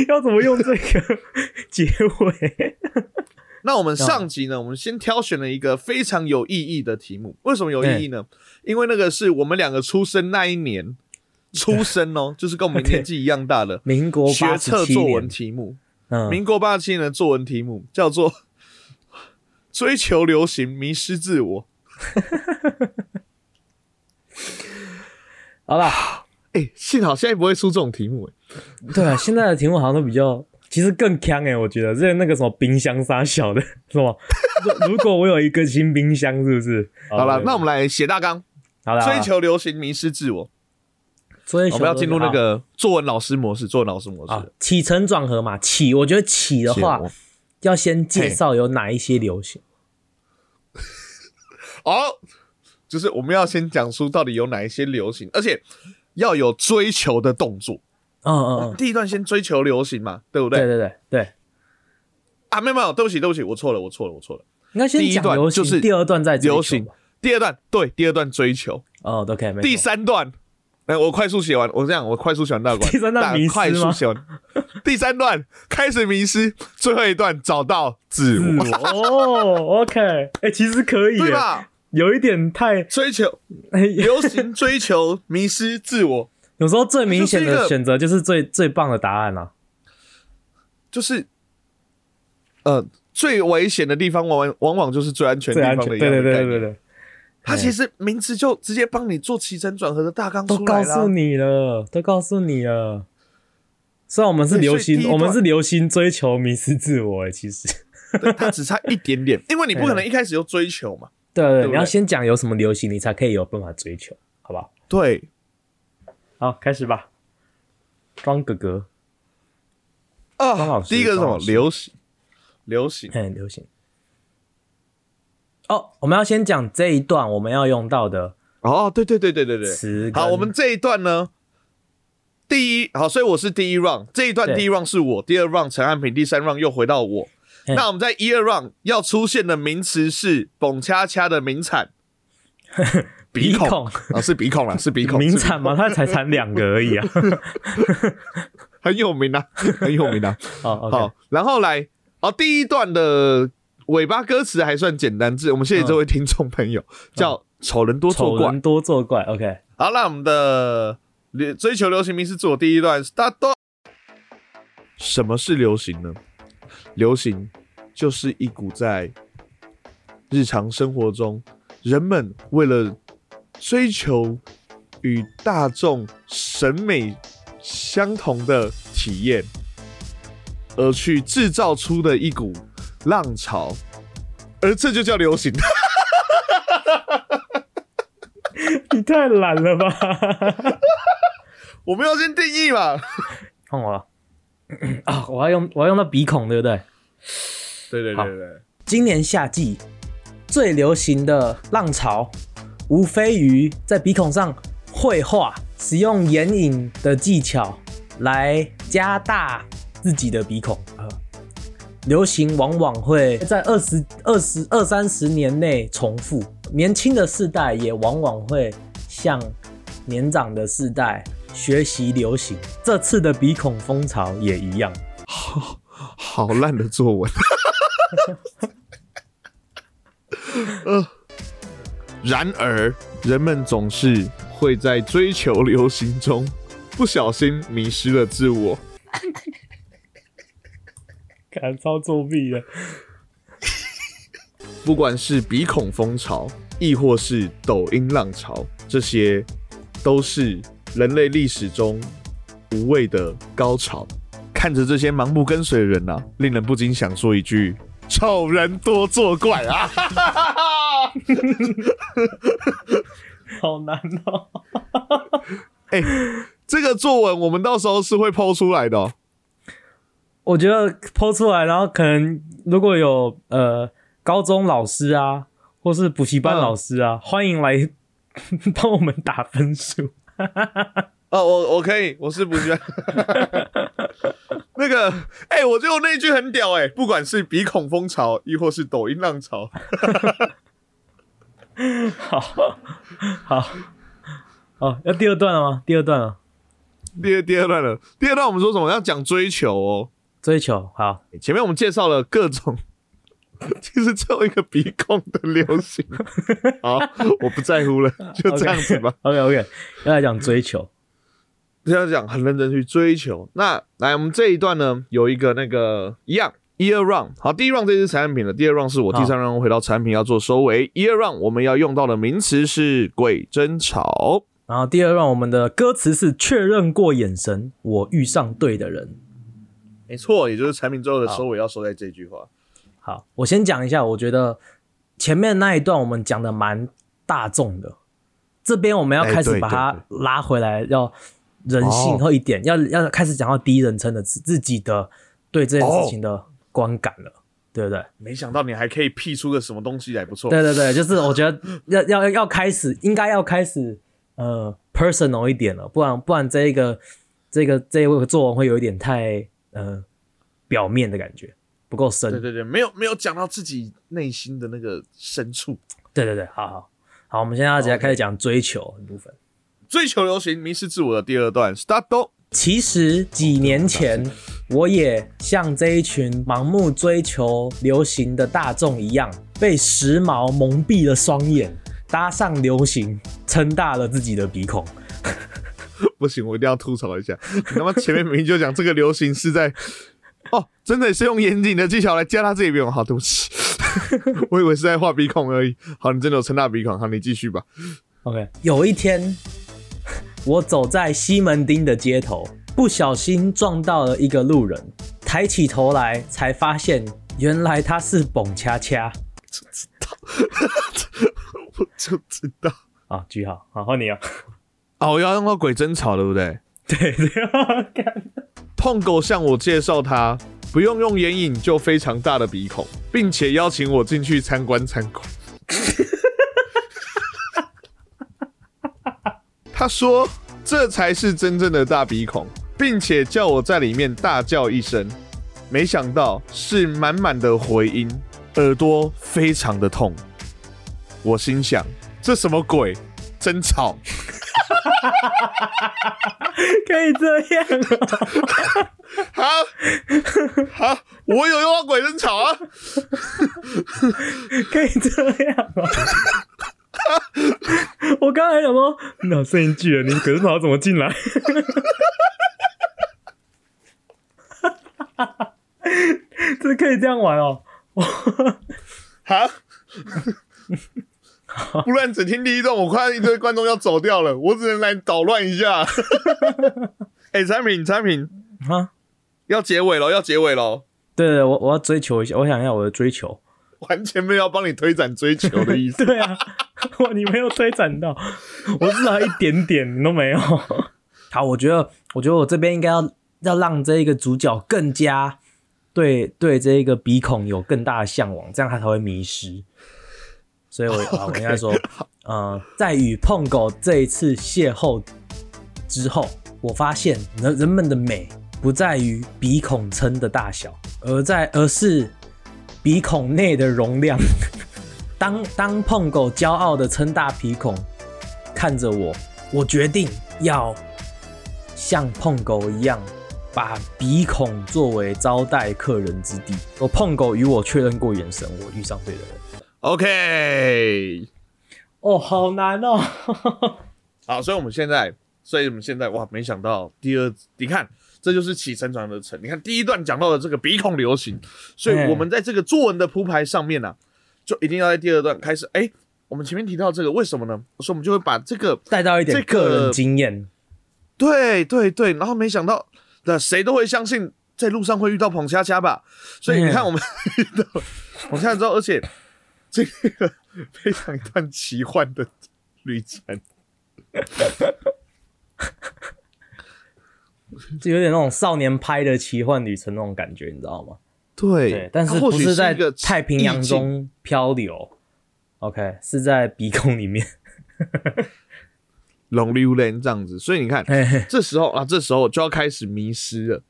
[SPEAKER 2] [LAUGHS] 要怎么用这个 [LAUGHS] 结尾？
[SPEAKER 1] 那我
[SPEAKER 2] 嗯
[SPEAKER 1] 们上集呢，我们先挑选了一个非常有意义的题目。为什么有意义呢？因为那个是我们两个出生那一年出生哦，就是跟我们年纪一样大的
[SPEAKER 2] 民国
[SPEAKER 1] 学
[SPEAKER 2] 八十
[SPEAKER 1] 测
[SPEAKER 2] 七
[SPEAKER 1] 作文
[SPEAKER 2] 年，
[SPEAKER 1] 题目，
[SPEAKER 2] 嗯，
[SPEAKER 1] 民国八七年的作文题目叫做“追求流行，迷失自我
[SPEAKER 2] 好吧，”。
[SPEAKER 1] 哎，幸好现在不会出这种题目、哎，
[SPEAKER 2] 对啊，现在的题目好像都比较，其实更坑哎、我觉得之前那个什么冰箱杀小的， [LAUGHS] 是吗？如如果我有一个新冰箱，是不是？
[SPEAKER 1] 好了，那我
[SPEAKER 2] 们
[SPEAKER 1] 们来写大纲，
[SPEAKER 2] 好了，
[SPEAKER 1] 追求流行，迷失自我。
[SPEAKER 2] 啊追求
[SPEAKER 1] 我们要进入那
[SPEAKER 2] 啊
[SPEAKER 1] 个作文老师模式，作文老师模
[SPEAKER 2] 啊
[SPEAKER 1] 式。
[SPEAKER 2] 起承转合嘛，起我觉得起的话
[SPEAKER 1] 写我
[SPEAKER 2] 要先介绍有哪一些流行，
[SPEAKER 1] 哦，就是我们要先讲出到底有哪一些流行，而且要有追求的动作。
[SPEAKER 2] 嗯嗯嗯，
[SPEAKER 1] 第一段先追求流行嘛，对哦不对？
[SPEAKER 2] 对对对对，
[SPEAKER 1] 啊，没有没有，对不起对不起，我错了我错了我错了。
[SPEAKER 2] 应该先
[SPEAKER 1] 第一
[SPEAKER 2] 讲
[SPEAKER 1] 段
[SPEAKER 2] 流行，
[SPEAKER 1] 就是
[SPEAKER 2] 第二段再追求
[SPEAKER 1] 流行
[SPEAKER 2] 吧
[SPEAKER 1] 第二段对，第二段追求，
[SPEAKER 2] 哦，OK，没错
[SPEAKER 1] 第三段，哎，我快速写完，我这样我快速写完大关，
[SPEAKER 2] 第三段
[SPEAKER 1] 大
[SPEAKER 2] 迷失
[SPEAKER 1] 快速
[SPEAKER 2] 吗
[SPEAKER 1] 写
[SPEAKER 2] [LAUGHS]
[SPEAKER 1] 完，第三段开始迷失，最后一段找到自我，
[SPEAKER 2] 嗯哦，OK，哎、其实可以
[SPEAKER 1] [LAUGHS]
[SPEAKER 2] 耶，
[SPEAKER 1] 对
[SPEAKER 2] [LAUGHS]
[SPEAKER 1] 吧？
[SPEAKER 2] 有一点太， [LAUGHS]
[SPEAKER 1] 追求流行，追求迷失自我，
[SPEAKER 2] 有时候最明显
[SPEAKER 1] 就是一
[SPEAKER 2] 的
[SPEAKER 1] 个
[SPEAKER 2] 选择就是最最棒的答案啊。
[SPEAKER 1] 就是，呃，最危险的地方，往往往往就是最安全的
[SPEAKER 2] 最
[SPEAKER 1] 地
[SPEAKER 2] 安
[SPEAKER 1] 方
[SPEAKER 2] 全，
[SPEAKER 1] 的
[SPEAKER 2] 对
[SPEAKER 1] 一样的
[SPEAKER 2] 对对
[SPEAKER 1] 概
[SPEAKER 2] 对对
[SPEAKER 1] 念。
[SPEAKER 2] 对，
[SPEAKER 1] 他其实名字就直接帮你做起承转合的大纲
[SPEAKER 2] 都
[SPEAKER 1] 出来
[SPEAKER 2] 告
[SPEAKER 1] 啦
[SPEAKER 2] 诉你了，都告诉你了。虽然我们是
[SPEAKER 1] 对
[SPEAKER 2] 流
[SPEAKER 1] 所以第一
[SPEAKER 2] 行，
[SPEAKER 1] 段
[SPEAKER 2] 我们是流行追求迷失自我，哎，其实
[SPEAKER 1] 对，他只差一点点，因为你不可
[SPEAKER 2] [LAUGHS] 哎
[SPEAKER 1] 能一开始就追求嘛。
[SPEAKER 2] 对对
[SPEAKER 1] 对
[SPEAKER 2] 对，你要先讲有什么流行，你才可以有办法追求，好不好？
[SPEAKER 1] 对，
[SPEAKER 2] 好，开始吧。装哥哥，方
[SPEAKER 1] 啊
[SPEAKER 2] 老，师
[SPEAKER 1] 第一个是什
[SPEAKER 2] 方
[SPEAKER 1] 么？
[SPEAKER 2] 老师
[SPEAKER 1] 流行，流行，
[SPEAKER 2] 很流行。哦，我们要先讲这一段我们要用到的
[SPEAKER 1] 哦，对对对对对对。
[SPEAKER 2] 词跟。
[SPEAKER 1] 好，我们这一段呢，第一好，所以我是第一 round，这一段
[SPEAKER 2] 对
[SPEAKER 1] 第一 round 是我，第二 round 陈汉平，第三 round 又回到我。
[SPEAKER 2] 嘿
[SPEAKER 1] 那我们在一二 round 要出现的名词是“蹦恰恰”的名产，
[SPEAKER 2] [LAUGHS] 鼻
[SPEAKER 1] 孔
[SPEAKER 2] 孔
[SPEAKER 1] 啊，是鼻
[SPEAKER 2] [LAUGHS]
[SPEAKER 1] 孔啦，是鼻孔，
[SPEAKER 2] 名
[SPEAKER 1] 是鼻
[SPEAKER 2] 产吗？
[SPEAKER 1] 孔？
[SPEAKER 2] 他才产两个而已 [LAUGHS] 啊。
[SPEAKER 1] 很有名
[SPEAKER 2] [LAUGHS]
[SPEAKER 1] 啊，很有名啊。
[SPEAKER 2] 哦
[SPEAKER 1] 好
[SPEAKER 2] ，OK，，
[SPEAKER 1] 然后来哦，第一段的尾巴歌词还算简单字，我们谢谢
[SPEAKER 2] 嗯
[SPEAKER 1] 这位听众朋友，叫“丑人多作
[SPEAKER 2] 丑
[SPEAKER 1] 怪”
[SPEAKER 2] 人。多作怪，OK，
[SPEAKER 1] 好，那我们的流追求流行名是自我第一段，大家都什么是流行呢？流行就是一股在日常生活中，人们为了追求与大众审美相同的体验，而去制造出的一股浪潮，而这就叫流行。
[SPEAKER 2] [LAUGHS]
[SPEAKER 1] [LAUGHS]
[SPEAKER 2] 你太懒了吧？
[SPEAKER 1] 我们要先定义嘛。
[SPEAKER 2] 换我了 [COUGHS] 啊！我要用我要用到鼻孔，对不对？
[SPEAKER 1] 对对
[SPEAKER 2] 好
[SPEAKER 1] 对对。
[SPEAKER 2] 今年夏季最流行的浪潮，无非于在鼻孔上绘画，使用眼影的技巧来加大自己的鼻孔。呃流行往往会在二十二十二三十年内重复，年轻的世代也往往会向年长的世代学习流行。这次的鼻孔风潮也一样。
[SPEAKER 1] 好烂的作文。 [LAUGHS] 呃，然而人们总是会在追求流行中不小心迷失了自我。
[SPEAKER 2] 敢操作弊了。
[SPEAKER 1] 不管是鼻孔风潮，亦或是抖音浪潮，这些都是人类历史中无谓的高潮。看着这些盲目跟随的人啊，令人不禁想说一句：“丑人多作怪啊！” [LAUGHS]
[SPEAKER 2] 好难哦、
[SPEAKER 1] 哎、这个作文我们到时候是会剖出来的、哦。
[SPEAKER 2] 我觉得剖出来，然后可能如果有呃高中老师啊，或是补习班
[SPEAKER 1] 嗯
[SPEAKER 2] 老师啊，欢迎来 [LAUGHS] 帮我们打分数。
[SPEAKER 1] 哦，我我可以，我是不 [LAUGHS] 学。那个，哎、我觉得我那一句很屌哎、不管是鼻孔风潮，亦或是抖音浪潮，
[SPEAKER 2] 好，好，哦，要第二段了吗？第二段了，
[SPEAKER 1] 第二第二段了。第二段我们说什么？要讲追求哦。
[SPEAKER 2] 追求好，
[SPEAKER 1] 前面我们介绍了各种， [LAUGHS] 其实只有一个鼻孔的流 [LAUGHS] 行。好，我不在乎了，就这样子吧。
[SPEAKER 2] OK OK，要来讲追求，
[SPEAKER 1] 这样讲，很认真去追求。那来，我们这一段呢，有一个那个一样一二 round。好，第一 round 这是产品了，第二 round 是我，
[SPEAKER 2] 好
[SPEAKER 1] 第三 round 回到产品要做收尾。一二 round 我们要用到的名词是鬼争吵。
[SPEAKER 2] 然后第二段我们的歌词是确认过眼神，我遇上对的人。
[SPEAKER 1] 没错，也就是产品最后的收尾要收在这句话。
[SPEAKER 2] 好，我先讲一下，我觉得前面那一段我们讲的蛮大众的，这边我们要
[SPEAKER 1] 哎
[SPEAKER 2] 开始
[SPEAKER 1] 对
[SPEAKER 2] 把它
[SPEAKER 1] 对
[SPEAKER 2] 拉回来，要人
[SPEAKER 1] 哦
[SPEAKER 2] 性后一点，要要开始讲到第一人称的自自己的对这件事情的观感了，对不对？
[SPEAKER 1] 没想到你还可以 P 出个什么东西来，不错。
[SPEAKER 2] 对对对，就是我觉得要要要开始，应该要开始呃 personal 一点了，不然不然这一个这个这个作文会有一点太呃表面的感觉，不够深。
[SPEAKER 1] 对对对，没有没有讲到自己内心的那个深处。
[SPEAKER 2] 对对对，好好好，我们现在要直接开始讲追求的部分。
[SPEAKER 1] 追求流行，迷失自我的第二段，start。
[SPEAKER 2] 其实几年前，我也像这一群盲目追求流行的大众一样，被时髦蒙蔽了双眼，搭上流行，撑大了自己的鼻孔。
[SPEAKER 1] 不行，我一定要吐槽一下，你他妈前面明明就讲这个流行是在。 [LAUGHS] 哦，真的是用严谨的技巧来加他自己鼻孔。好，对不起， [LAUGHS] 我以为是在画鼻孔而已。好，你真的有撑大鼻孔。好，你继续吧。
[SPEAKER 2] OK，有一天， [LAUGHS] 我走在西门町的街头，不小心撞到了一个路人，抬起头来才发现，原来他是蹦恰恰
[SPEAKER 1] 我就知道。
[SPEAKER 2] 啊！句号，好换你 [LAUGHS] 啊！
[SPEAKER 1] 哦，要用到鬼争吵，对不对？
[SPEAKER 2] 对对，干
[SPEAKER 1] 痛狗向我介绍他不用用眼影就非常大的鼻孔，并且邀请我进去参观参观。 [LAUGHS] 他说这才是真正的大鼻孔，并且叫我在里面大叫一声。没想到是满满的回音，耳朵非常的痛。我心想，这什么鬼？真吵！ [LAUGHS]
[SPEAKER 2] 可以这样啊、
[SPEAKER 1] 好，好，我有用到鬼争吵啊！
[SPEAKER 2] 可以这样 [LAUGHS] 啊、我刚才想说，脑声音巨人，你可是跑怎么进来？ [LAUGHS] 这可以这样玩哦。
[SPEAKER 1] 哈， [LAUGHS] 不然只听第一段，我看一堆观众要走掉了，我只能来捣乱一下。 [LAUGHS] 哎、产品产品
[SPEAKER 2] 啊，
[SPEAKER 1] 要结尾了，要结尾了，
[SPEAKER 2] 对对，我我要追求一下，我想要我的追求。
[SPEAKER 1] 完全没有要帮你推展追求的
[SPEAKER 2] [LAUGHS]
[SPEAKER 1] 意思。
[SPEAKER 2] 对啊，哇，你没有推展到，我至少一点点都没有。 [LAUGHS] 好，我觉得，我觉得我这边应该要要让这一个主角更加对对这一个鼻孔有更大的向往，这样他才会迷失。所以 [LAUGHS] 我啊，我应该说，呃，在与碰狗这一次邂逅之后，我发现人人们的美不在于鼻孔撑的大小，而在而是鼻孔内的容量。当当碰狗骄傲的撑大鼻孔看着我，我决定要像碰狗一样，把鼻孔作为招待客人之地。我碰狗与我确认过眼神，我遇上对的人。
[SPEAKER 1] OK，
[SPEAKER 2] 哦，好难 [LAUGHS] 哦。
[SPEAKER 1] 好，所以我们现在，所以我们现在哇，没想到第二，你看。这就是起承转合的成。你看第一段讲到的这个鼻孔流行，所以
[SPEAKER 2] 嗯
[SPEAKER 1] 我们在这个作文的铺排上面呢、啊，就一定要在第二段开始。哎，我们前面提到这个，为什么呢？所以我们就会把这个
[SPEAKER 2] 带到一点
[SPEAKER 1] 这个
[SPEAKER 2] 个人经验，
[SPEAKER 1] 对对对，然后没想到，那谁都会相信在路上会遇到彭恰恰吧？所以你看，
[SPEAKER 2] 嗯
[SPEAKER 1] 我们 [LAUGHS] 遇到彭恰恰之后，而且这个非常一段奇幻的旅程，
[SPEAKER 2] 就有点那种少年拍的奇幻旅程那种感觉，你知道吗？
[SPEAKER 1] 对
[SPEAKER 2] 对，但是
[SPEAKER 1] 或
[SPEAKER 2] 不
[SPEAKER 1] 许
[SPEAKER 2] 在
[SPEAKER 1] 一个
[SPEAKER 2] 太平洋
[SPEAKER 1] 意境，
[SPEAKER 2] 中漂流，OK，是在鼻孔里面。 [LAUGHS]
[SPEAKER 1] 龙溜人这样子。所以你看，
[SPEAKER 2] 嘿嘿
[SPEAKER 1] 这时候啊，这时候就要开始迷失了。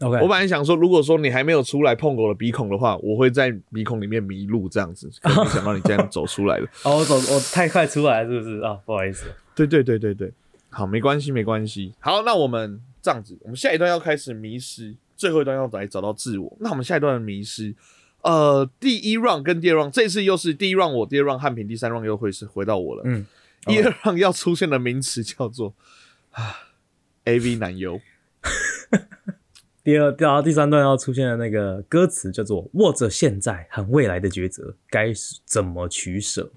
[SPEAKER 2] OK，
[SPEAKER 1] 我本来想说，如果说你还没有出来碰狗的鼻孔的话，我会在鼻孔里面迷路这样子。可是没想到你这样走出来了。
[SPEAKER 2] 哦，我走，我太快出来是不是啊？不好意思，
[SPEAKER 1] 对对对对对，好，没关系没关系。好，那我们这样子，我们下一段要开始迷失，最后一段要来找到自我。那我们下一段的迷失，呃，第一 round 跟第二 round，这次又是第一 round 我，第二 round 汉平，第三 round 又会是回到我了。
[SPEAKER 2] 嗯，
[SPEAKER 1] 第二 round 要出现的名词叫做 [SIGHS] 啊，AV 男优。
[SPEAKER 2] 第二，然后第三段要出现的那个歌词叫做“握着现在和未来的抉择，该怎么取舍”。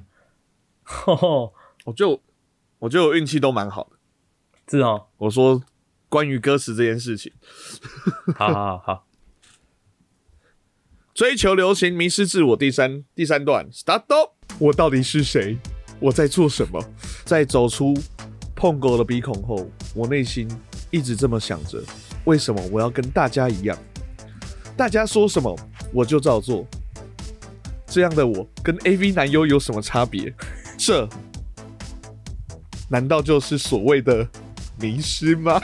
[SPEAKER 2] [LAUGHS] 吼，
[SPEAKER 1] 我就我觉得我运气都蛮好的。
[SPEAKER 2] 是哦，
[SPEAKER 1] 我说关于歌词这件事情，
[SPEAKER 2] 好好好好，
[SPEAKER 1] 追求流行，迷失自我。第三第三段，start up。我到底是谁？我在做什么？在走出碰狗的鼻孔后，我内心一直这么想着：为什么我要跟大家一样？大家说什么我就照做。这样的我跟 AV 男优有什么差别？这难道就是所谓的迷失吗？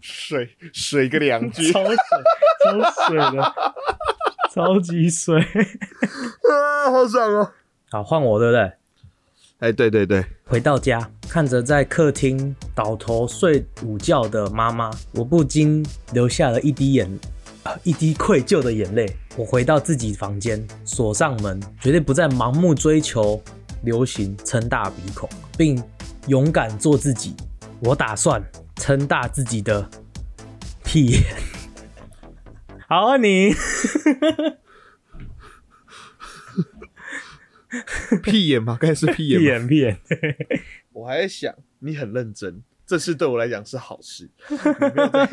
[SPEAKER 1] 水水个两句，
[SPEAKER 2] [LAUGHS] 超水，超水的，超级水。 [LAUGHS]
[SPEAKER 1] 啊，好爽哦！
[SPEAKER 2] 好，换我对不对？
[SPEAKER 1] 哎、对对对，
[SPEAKER 2] 回到家，看着在客厅倒头睡午觉的妈妈，我不禁流下了一滴眼，啊一滴愧疚的眼泪。我回到自己房间，锁上门，绝对不再盲目追求流行，撑大鼻孔，并勇敢做自己。我打算撑大自己的屁眼。 [LAUGHS] 好啊你，
[SPEAKER 1] [LAUGHS] 屁眼吗？刚才是屁眼
[SPEAKER 2] 屁
[SPEAKER 1] 吗？
[SPEAKER 2] [LAUGHS] 眼屁眼，
[SPEAKER 1] 我还在想，你很认真，这事对我来讲是好 [LAUGHS] 事。你没有在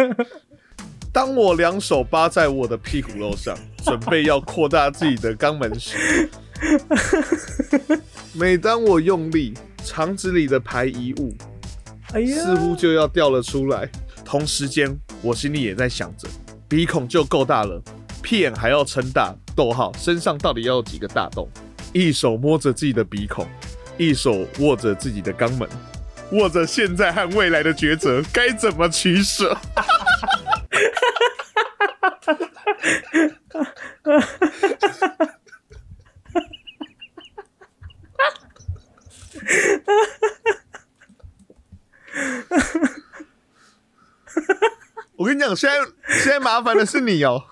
[SPEAKER 1] 当我两手扒在我的屁股肉上，准备要扩大自己的肛门时， [LAUGHS] 每当我用力，肠子里的排遗物
[SPEAKER 2] 哎呀，
[SPEAKER 1] 似乎就要掉了出来。同时间，我心里也在想着，鼻孔就够大了，屁眼还要撑大。逗号，身上到底要有几个大洞？一手摸着自己的鼻孔，一手握着自己的肛门，握着现在和未来的抉择，该怎么取舍？我跟你讲，现在现在麻烦的是你哦、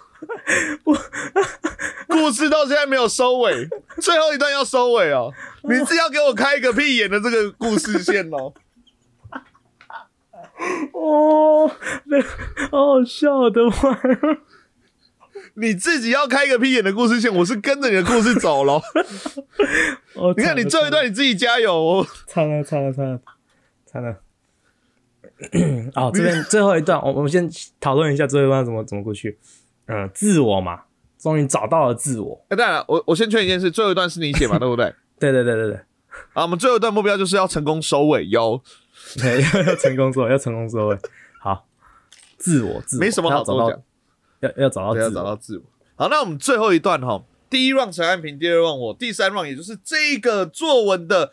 [SPEAKER 1] 故事到现在没有收尾，最后一段要收尾哦、你是要给我开一个屁眼的这个故事线哦、
[SPEAKER 2] 哦，那好好笑的话，
[SPEAKER 1] 你自己要开一个屁眼的故事线，我是跟着你的故事走 [LAUGHS] 咯。
[SPEAKER 2] 哦
[SPEAKER 1] 你看你最后一段你自己加油哦。
[SPEAKER 2] 惨了惨了惨了惨了。 [COUGHS] 哦，这 [LAUGHS] 边最后一段，我我们先讨论一下最后一段怎么怎么过去。嗯，自我嘛，终于找到了自我。
[SPEAKER 1] [LAUGHS] 哎，当然了，我我先劝一件事，最后一段是你写嘛，对不对？
[SPEAKER 2] 对对对对对
[SPEAKER 1] 啊，我们最后一段目标就是要成功收尾哟。
[SPEAKER 2] 对， [LAUGHS] 要要成功收尾，要成功收尾。好，自我自我
[SPEAKER 1] 没什么好
[SPEAKER 2] 要找到
[SPEAKER 1] 多讲，
[SPEAKER 2] 要要找到
[SPEAKER 1] 对要
[SPEAKER 2] 自
[SPEAKER 1] 找
[SPEAKER 2] 我。
[SPEAKER 1] 到自我。好，那我们最后一段哈，第一 round 陈安平，第二 round 我，第三 round 也就是这个作文的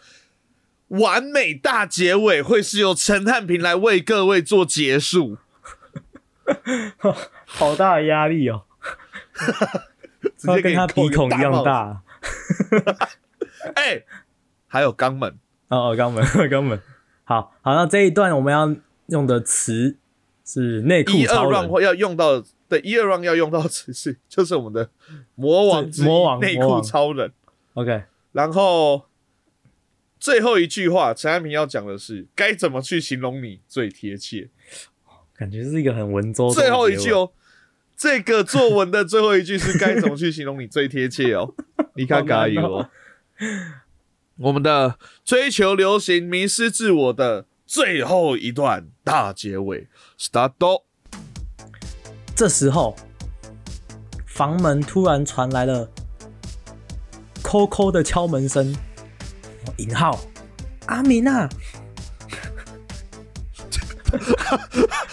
[SPEAKER 1] 完美大结尾，会是由陈汉平来为各位做结束。
[SPEAKER 2] 好大的压力哦，
[SPEAKER 1] [LAUGHS] 直接
[SPEAKER 2] 跟
[SPEAKER 1] 给你
[SPEAKER 2] 他
[SPEAKER 1] 扣
[SPEAKER 2] 鼻
[SPEAKER 1] 个
[SPEAKER 2] 孔一
[SPEAKER 1] 帽
[SPEAKER 2] 样
[SPEAKER 1] 子。
[SPEAKER 2] 大。
[SPEAKER 1] 哎、还有肛门，
[SPEAKER 2] 哦哦，肛门 [LAUGHS] 肛门。好好，那这一段我们要用的词是内裤
[SPEAKER 1] 一二
[SPEAKER 2] 超
[SPEAKER 1] round
[SPEAKER 2] 人。
[SPEAKER 1] 会要用到的，对，一二 round 要用到的词是就是我们的魔王之一
[SPEAKER 2] 魔王
[SPEAKER 1] 内
[SPEAKER 2] 魔
[SPEAKER 1] 裤
[SPEAKER 2] 王
[SPEAKER 1] 超人。
[SPEAKER 2] OK，
[SPEAKER 1] 然后最后一句话，陈安平要讲的是该怎么去形容你最贴切。
[SPEAKER 2] 感觉是一个很文绉绉的结尾。
[SPEAKER 1] 最后一句哦，这个作文的最后一句是该怎么去形容你最贴切
[SPEAKER 2] [LAUGHS]
[SPEAKER 1] 哦。你看嘎伊
[SPEAKER 2] 好难
[SPEAKER 1] 哦，我们的追求流行、迷失自我的最后一段大结尾，start。
[SPEAKER 2] 这时候，房门突然传来了扣扣的敲门声。引号，阿米娜，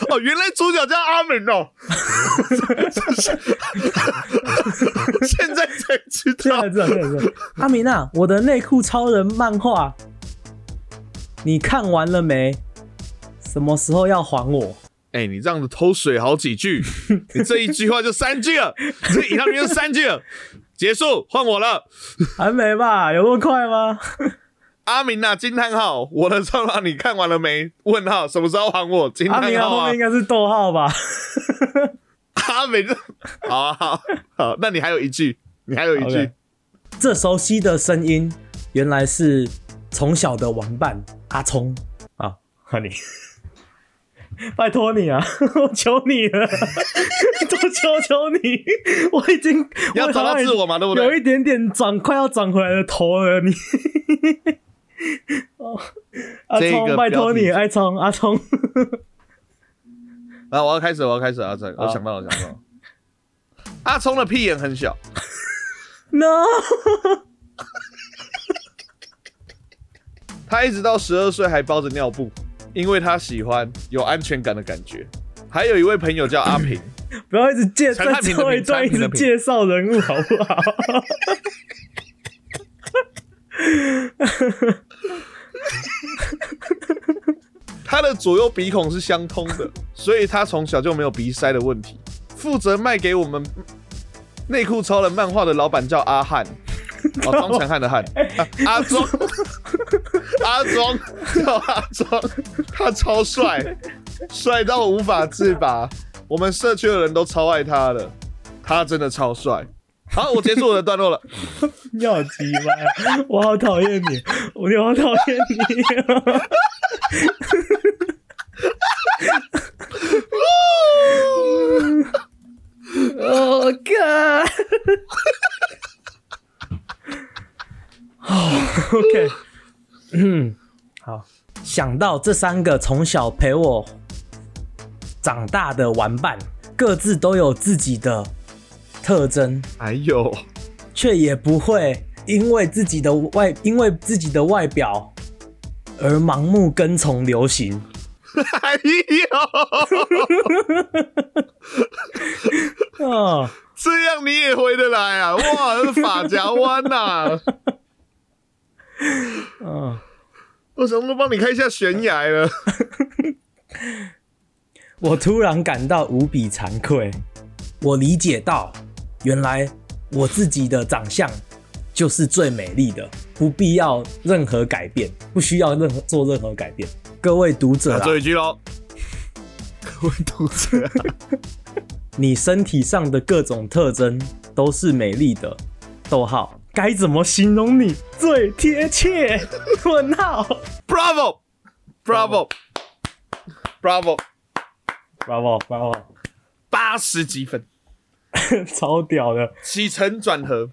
[SPEAKER 1] 哦，原来主角叫阿明哦， [LAUGHS] 现在才知
[SPEAKER 2] 对
[SPEAKER 1] 道
[SPEAKER 2] 啊，对啊，对啊
[SPEAKER 1] [LAUGHS]
[SPEAKER 2] 对啊阿米娜，我的内裤超人漫画，你看完了没？什么时候要还我？
[SPEAKER 1] 哎、你这样子偷水好几句，你这一句话就三句了，你这一套就三句了，结束，换我了。
[SPEAKER 2] 还没吧？有那么快吗？
[SPEAKER 1] 阿明啊，惊叹号！我的蟑螂你看完了没？问号，什么时候还我？惊
[SPEAKER 2] 阿
[SPEAKER 1] 叹
[SPEAKER 2] 米娜
[SPEAKER 1] 号
[SPEAKER 2] 后
[SPEAKER 1] 啊
[SPEAKER 2] 面应！该是逗号吧？
[SPEAKER 1] 阿明，好啊好啊好，那你还有一句，你还有一句
[SPEAKER 2] OK 这熟悉的声音，原来是从小的玩伴阿聪啊，和你， [LAUGHS] 拜托你啊， [LAUGHS] 我求你了， [LAUGHS] 我求求你，我已经
[SPEAKER 1] 要找到自我嘛，对不
[SPEAKER 2] 我好像已
[SPEAKER 1] 对？
[SPEAKER 2] 经有一点点长，快要长回来的头了，你。 [LAUGHS] 哦，阿
[SPEAKER 1] 这
[SPEAKER 2] 聪，
[SPEAKER 1] 个
[SPEAKER 2] 拜托
[SPEAKER 1] 标
[SPEAKER 2] 你，
[SPEAKER 1] 题
[SPEAKER 2] 阿聪，阿聪， [LAUGHS]
[SPEAKER 1] 啊，我要开始，我要开始啊！这我
[SPEAKER 2] 好
[SPEAKER 1] 想到了，想到了。阿聪的屁眼很小，
[SPEAKER 2] ，no，
[SPEAKER 1] 他一直到十二岁还包着尿布，因为他喜欢有安全感的感觉。还有一位朋友叫阿平，
[SPEAKER 2] 不要一直介
[SPEAKER 1] 陈
[SPEAKER 2] 在
[SPEAKER 1] 汉平
[SPEAKER 2] 最
[SPEAKER 1] 的
[SPEAKER 2] 后一
[SPEAKER 1] 名
[SPEAKER 2] 段一
[SPEAKER 1] 陈汉平的
[SPEAKER 2] 直
[SPEAKER 1] 名
[SPEAKER 2] 介绍人物，好不好？
[SPEAKER 1] 左右鼻孔是相通 [LAUGHS] 的，所以他从小就没有鼻塞的问题。负责卖给我们内裤超人漫画的老板叫阿 [LAUGHS] 汉，哦，庄成汉的汉，啊阿 [LAUGHS] 庄，阿庄叫阿庄，他超帅，帅到无法自拔，我们社区的人都超爱他的，他真的超帅。好，我结束我的段落了。
[SPEAKER 2] [LAUGHS] 你好奇怪，我好讨厌你，我好讨厌你。我靠！OK，嗯，好。想到这三个从小陪我长大的玩伴，各自都有自己的特征，
[SPEAKER 1] [LAUGHS] 哎呦，
[SPEAKER 2] 却也不会因为自己的外因为自己的外表而盲目跟从流行。
[SPEAKER 1] 哎呦，
[SPEAKER 2] 啊、
[SPEAKER 1] 这样你也回得来啊？哇，这是发夹弯呐、
[SPEAKER 2] 啊、
[SPEAKER 1] 我什么都帮你开下悬崖了。
[SPEAKER 2] 我突然感到无比惭愧，我理解到，原来我自己的长相就是最美丽的，不必要任何改变，不需要任何做任何改变。各位读者、
[SPEAKER 1] 那
[SPEAKER 2] 啊，
[SPEAKER 1] 最后一句喽，
[SPEAKER 2] [LAUGHS]
[SPEAKER 1] 各位读者、啊，
[SPEAKER 2] 你身体上的各种特征都是美丽的。逗号，该怎么形容你最贴切？ [LAUGHS] 问号
[SPEAKER 1] b r a v o b r a v o b r a v o
[SPEAKER 2] ，bravo bravo，
[SPEAKER 1] 八十几分，
[SPEAKER 2] [LAUGHS] 超屌的，
[SPEAKER 1] 起承转合，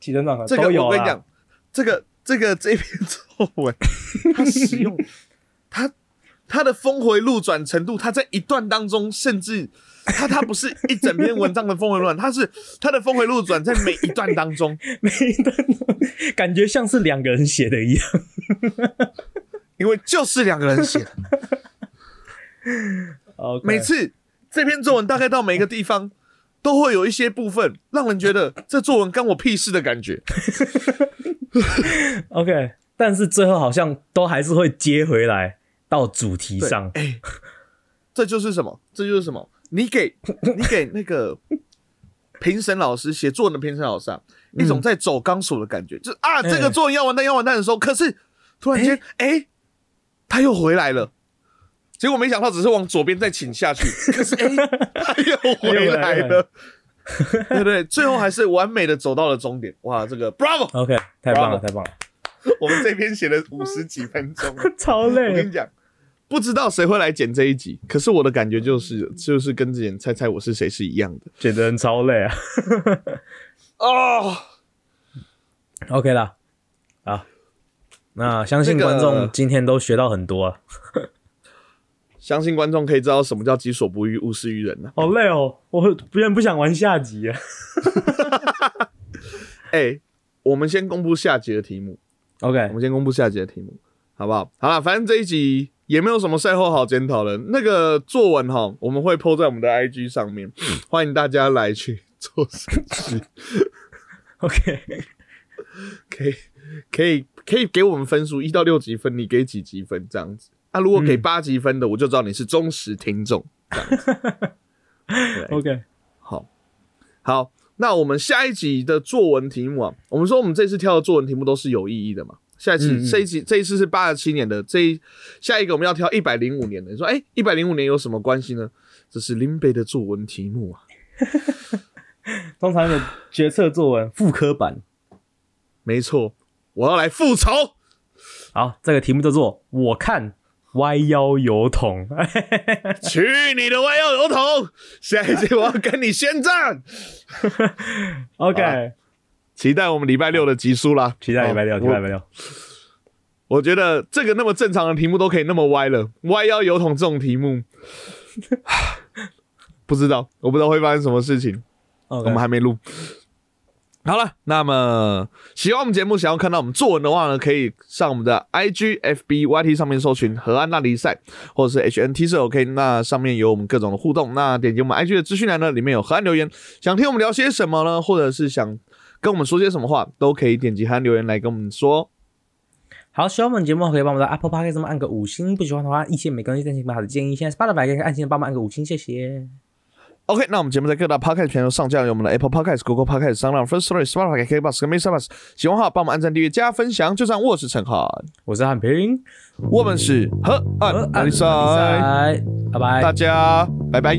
[SPEAKER 2] 几人长
[SPEAKER 1] 这个
[SPEAKER 2] 都有
[SPEAKER 1] 我跟你
[SPEAKER 2] 啦
[SPEAKER 1] 讲。，这个这个这篇作
[SPEAKER 2] [LAUGHS]
[SPEAKER 1] 文，它使用它它的峰回路转程度，它在一段当中，甚至它它不是一整篇文章的峰回路转，它是它的峰回路转在每一段当中，
[SPEAKER 2] 每一段都感觉像是两个人写的一样。
[SPEAKER 1] 因为就是两个人写的，
[SPEAKER 2] o
[SPEAKER 1] 每次这篇作文大概到每个地方，都会有一些部分让人觉得这作文干我屁事的感觉。
[SPEAKER 2] OK，但是最后好像都还是会接回来到主题
[SPEAKER 1] 对
[SPEAKER 2] 上。
[SPEAKER 1] 哎、这就是什么？这就是什么？你 [LAUGHS] 给你给那个评审老师写作文的评审老师啊，一种在走钢索的感觉，就是啊，
[SPEAKER 2] 哎
[SPEAKER 1] 这个作文要完蛋要完蛋的时候，可是突然间，哎、他又回来了。结果没想到，只是往左边再请下 [LAUGHS] 去，可是哎、他哎又回来了， [LAUGHS] 对不对？最后还是完美的走到了终点。哇，这个 bravo！
[SPEAKER 2] OK，太棒了，
[SPEAKER 1] Bravo
[SPEAKER 2] 太棒了，
[SPEAKER 1] 我们这篇写了五十几分钟了，
[SPEAKER 2] [LAUGHS] 超
[SPEAKER 1] 我跟
[SPEAKER 2] 累
[SPEAKER 1] 你。讲，不知道谁会来剪这一集，可是我的感觉就是，就是跟之前猜猜我是谁是一样的
[SPEAKER 2] 觉得人超累啊。
[SPEAKER 1] 哦。
[SPEAKER 2] OK 啦，啊，那相信
[SPEAKER 1] 那个
[SPEAKER 2] 观众今天都学到很多啊。
[SPEAKER 1] 相信观众可以知道什么叫己所不欲，勿施于人了、
[SPEAKER 2] 好累哦，我不然不想玩下集啊。
[SPEAKER 1] 哎、我们先公布下集的题目，我
[SPEAKER 2] [LAUGHS] OK，
[SPEAKER 1] 们先公布下集的题目，好不好？好了，反正这一集也没有什么赛后好检讨的。那个作文哈，我们会 PO 在我们的 IG 上面，欢迎大家来去做事情。
[SPEAKER 2] OK， [LAUGHS]
[SPEAKER 1] 可以可以可以给我们分数，一到六级分，你给几级分这样子？啊，如果
[SPEAKER 2] 嗯
[SPEAKER 1] 给八级分的，我就知道你是忠实听众。
[SPEAKER 2] OK，
[SPEAKER 1] 好，好，那我们下一集的作文题目啊，我们说我们这次挑的作文题目都是有意义的嘛？下一次、
[SPEAKER 2] 嗯嗯
[SPEAKER 1] 这一集这一次是八十七年的，这一下一个我们要挑一百零五年的。你说，哎、1一百零五年有什么关系呢？这是林北的作文题目啊，
[SPEAKER 2] 通常的决策作文复刻版。
[SPEAKER 1] 没错，我要来复仇。
[SPEAKER 2] 好，这个题目叫做“我看歪腰油桶”。
[SPEAKER 1] 去你的歪腰油桶！下一集我要跟你宣战。
[SPEAKER 2] [LAUGHS] OK，
[SPEAKER 1] 期待我们礼拜六的集数啦，
[SPEAKER 2] 期待礼拜六，
[SPEAKER 1] 哦
[SPEAKER 2] 期待礼拜六。
[SPEAKER 1] 我我觉得这个那么正常的题目都可以那么歪了，歪腰油桶这种题目，不知道，我不知道会发生什么事情，我
[SPEAKER 2] OK，
[SPEAKER 1] 们还没录。好了，那么喜欢我们节目，想要看到我们作文的话呢，可以上我们的 I G F B Y T 上面搜寻河岸那里赛，或者是 H N T 社 OK，那上面有我们各种的互动。那点击我们 I G 的资讯栏呢，里面有河岸留言，想听我们聊些什么呢？或者是想跟我们说些什么话，都可以点击河岸留言来跟我们说。
[SPEAKER 2] 好，喜欢我们节目可以帮我们的 Apple Podcast 上面按个五星，不喜欢的话意见没关系，但请把好的建议。现在 Spotify 可以按键帮忙按个五星，谢谢。
[SPEAKER 1] OK，那我们节目在各大 Podcast 平台都上架，有我们的 Apple Podcast、Google Podcast、s o u n First Story、Spotify、KKBox 跟 Mr. Bus。喜欢的话，帮我们按赞、订阅、加分享。就算我是陈浩，
[SPEAKER 2] 我是汉平，
[SPEAKER 1] 我们是河岸
[SPEAKER 2] 呃
[SPEAKER 1] 阿里
[SPEAKER 2] 拜
[SPEAKER 1] 塞，
[SPEAKER 2] 拜，拜拜
[SPEAKER 1] 大。家拜拜。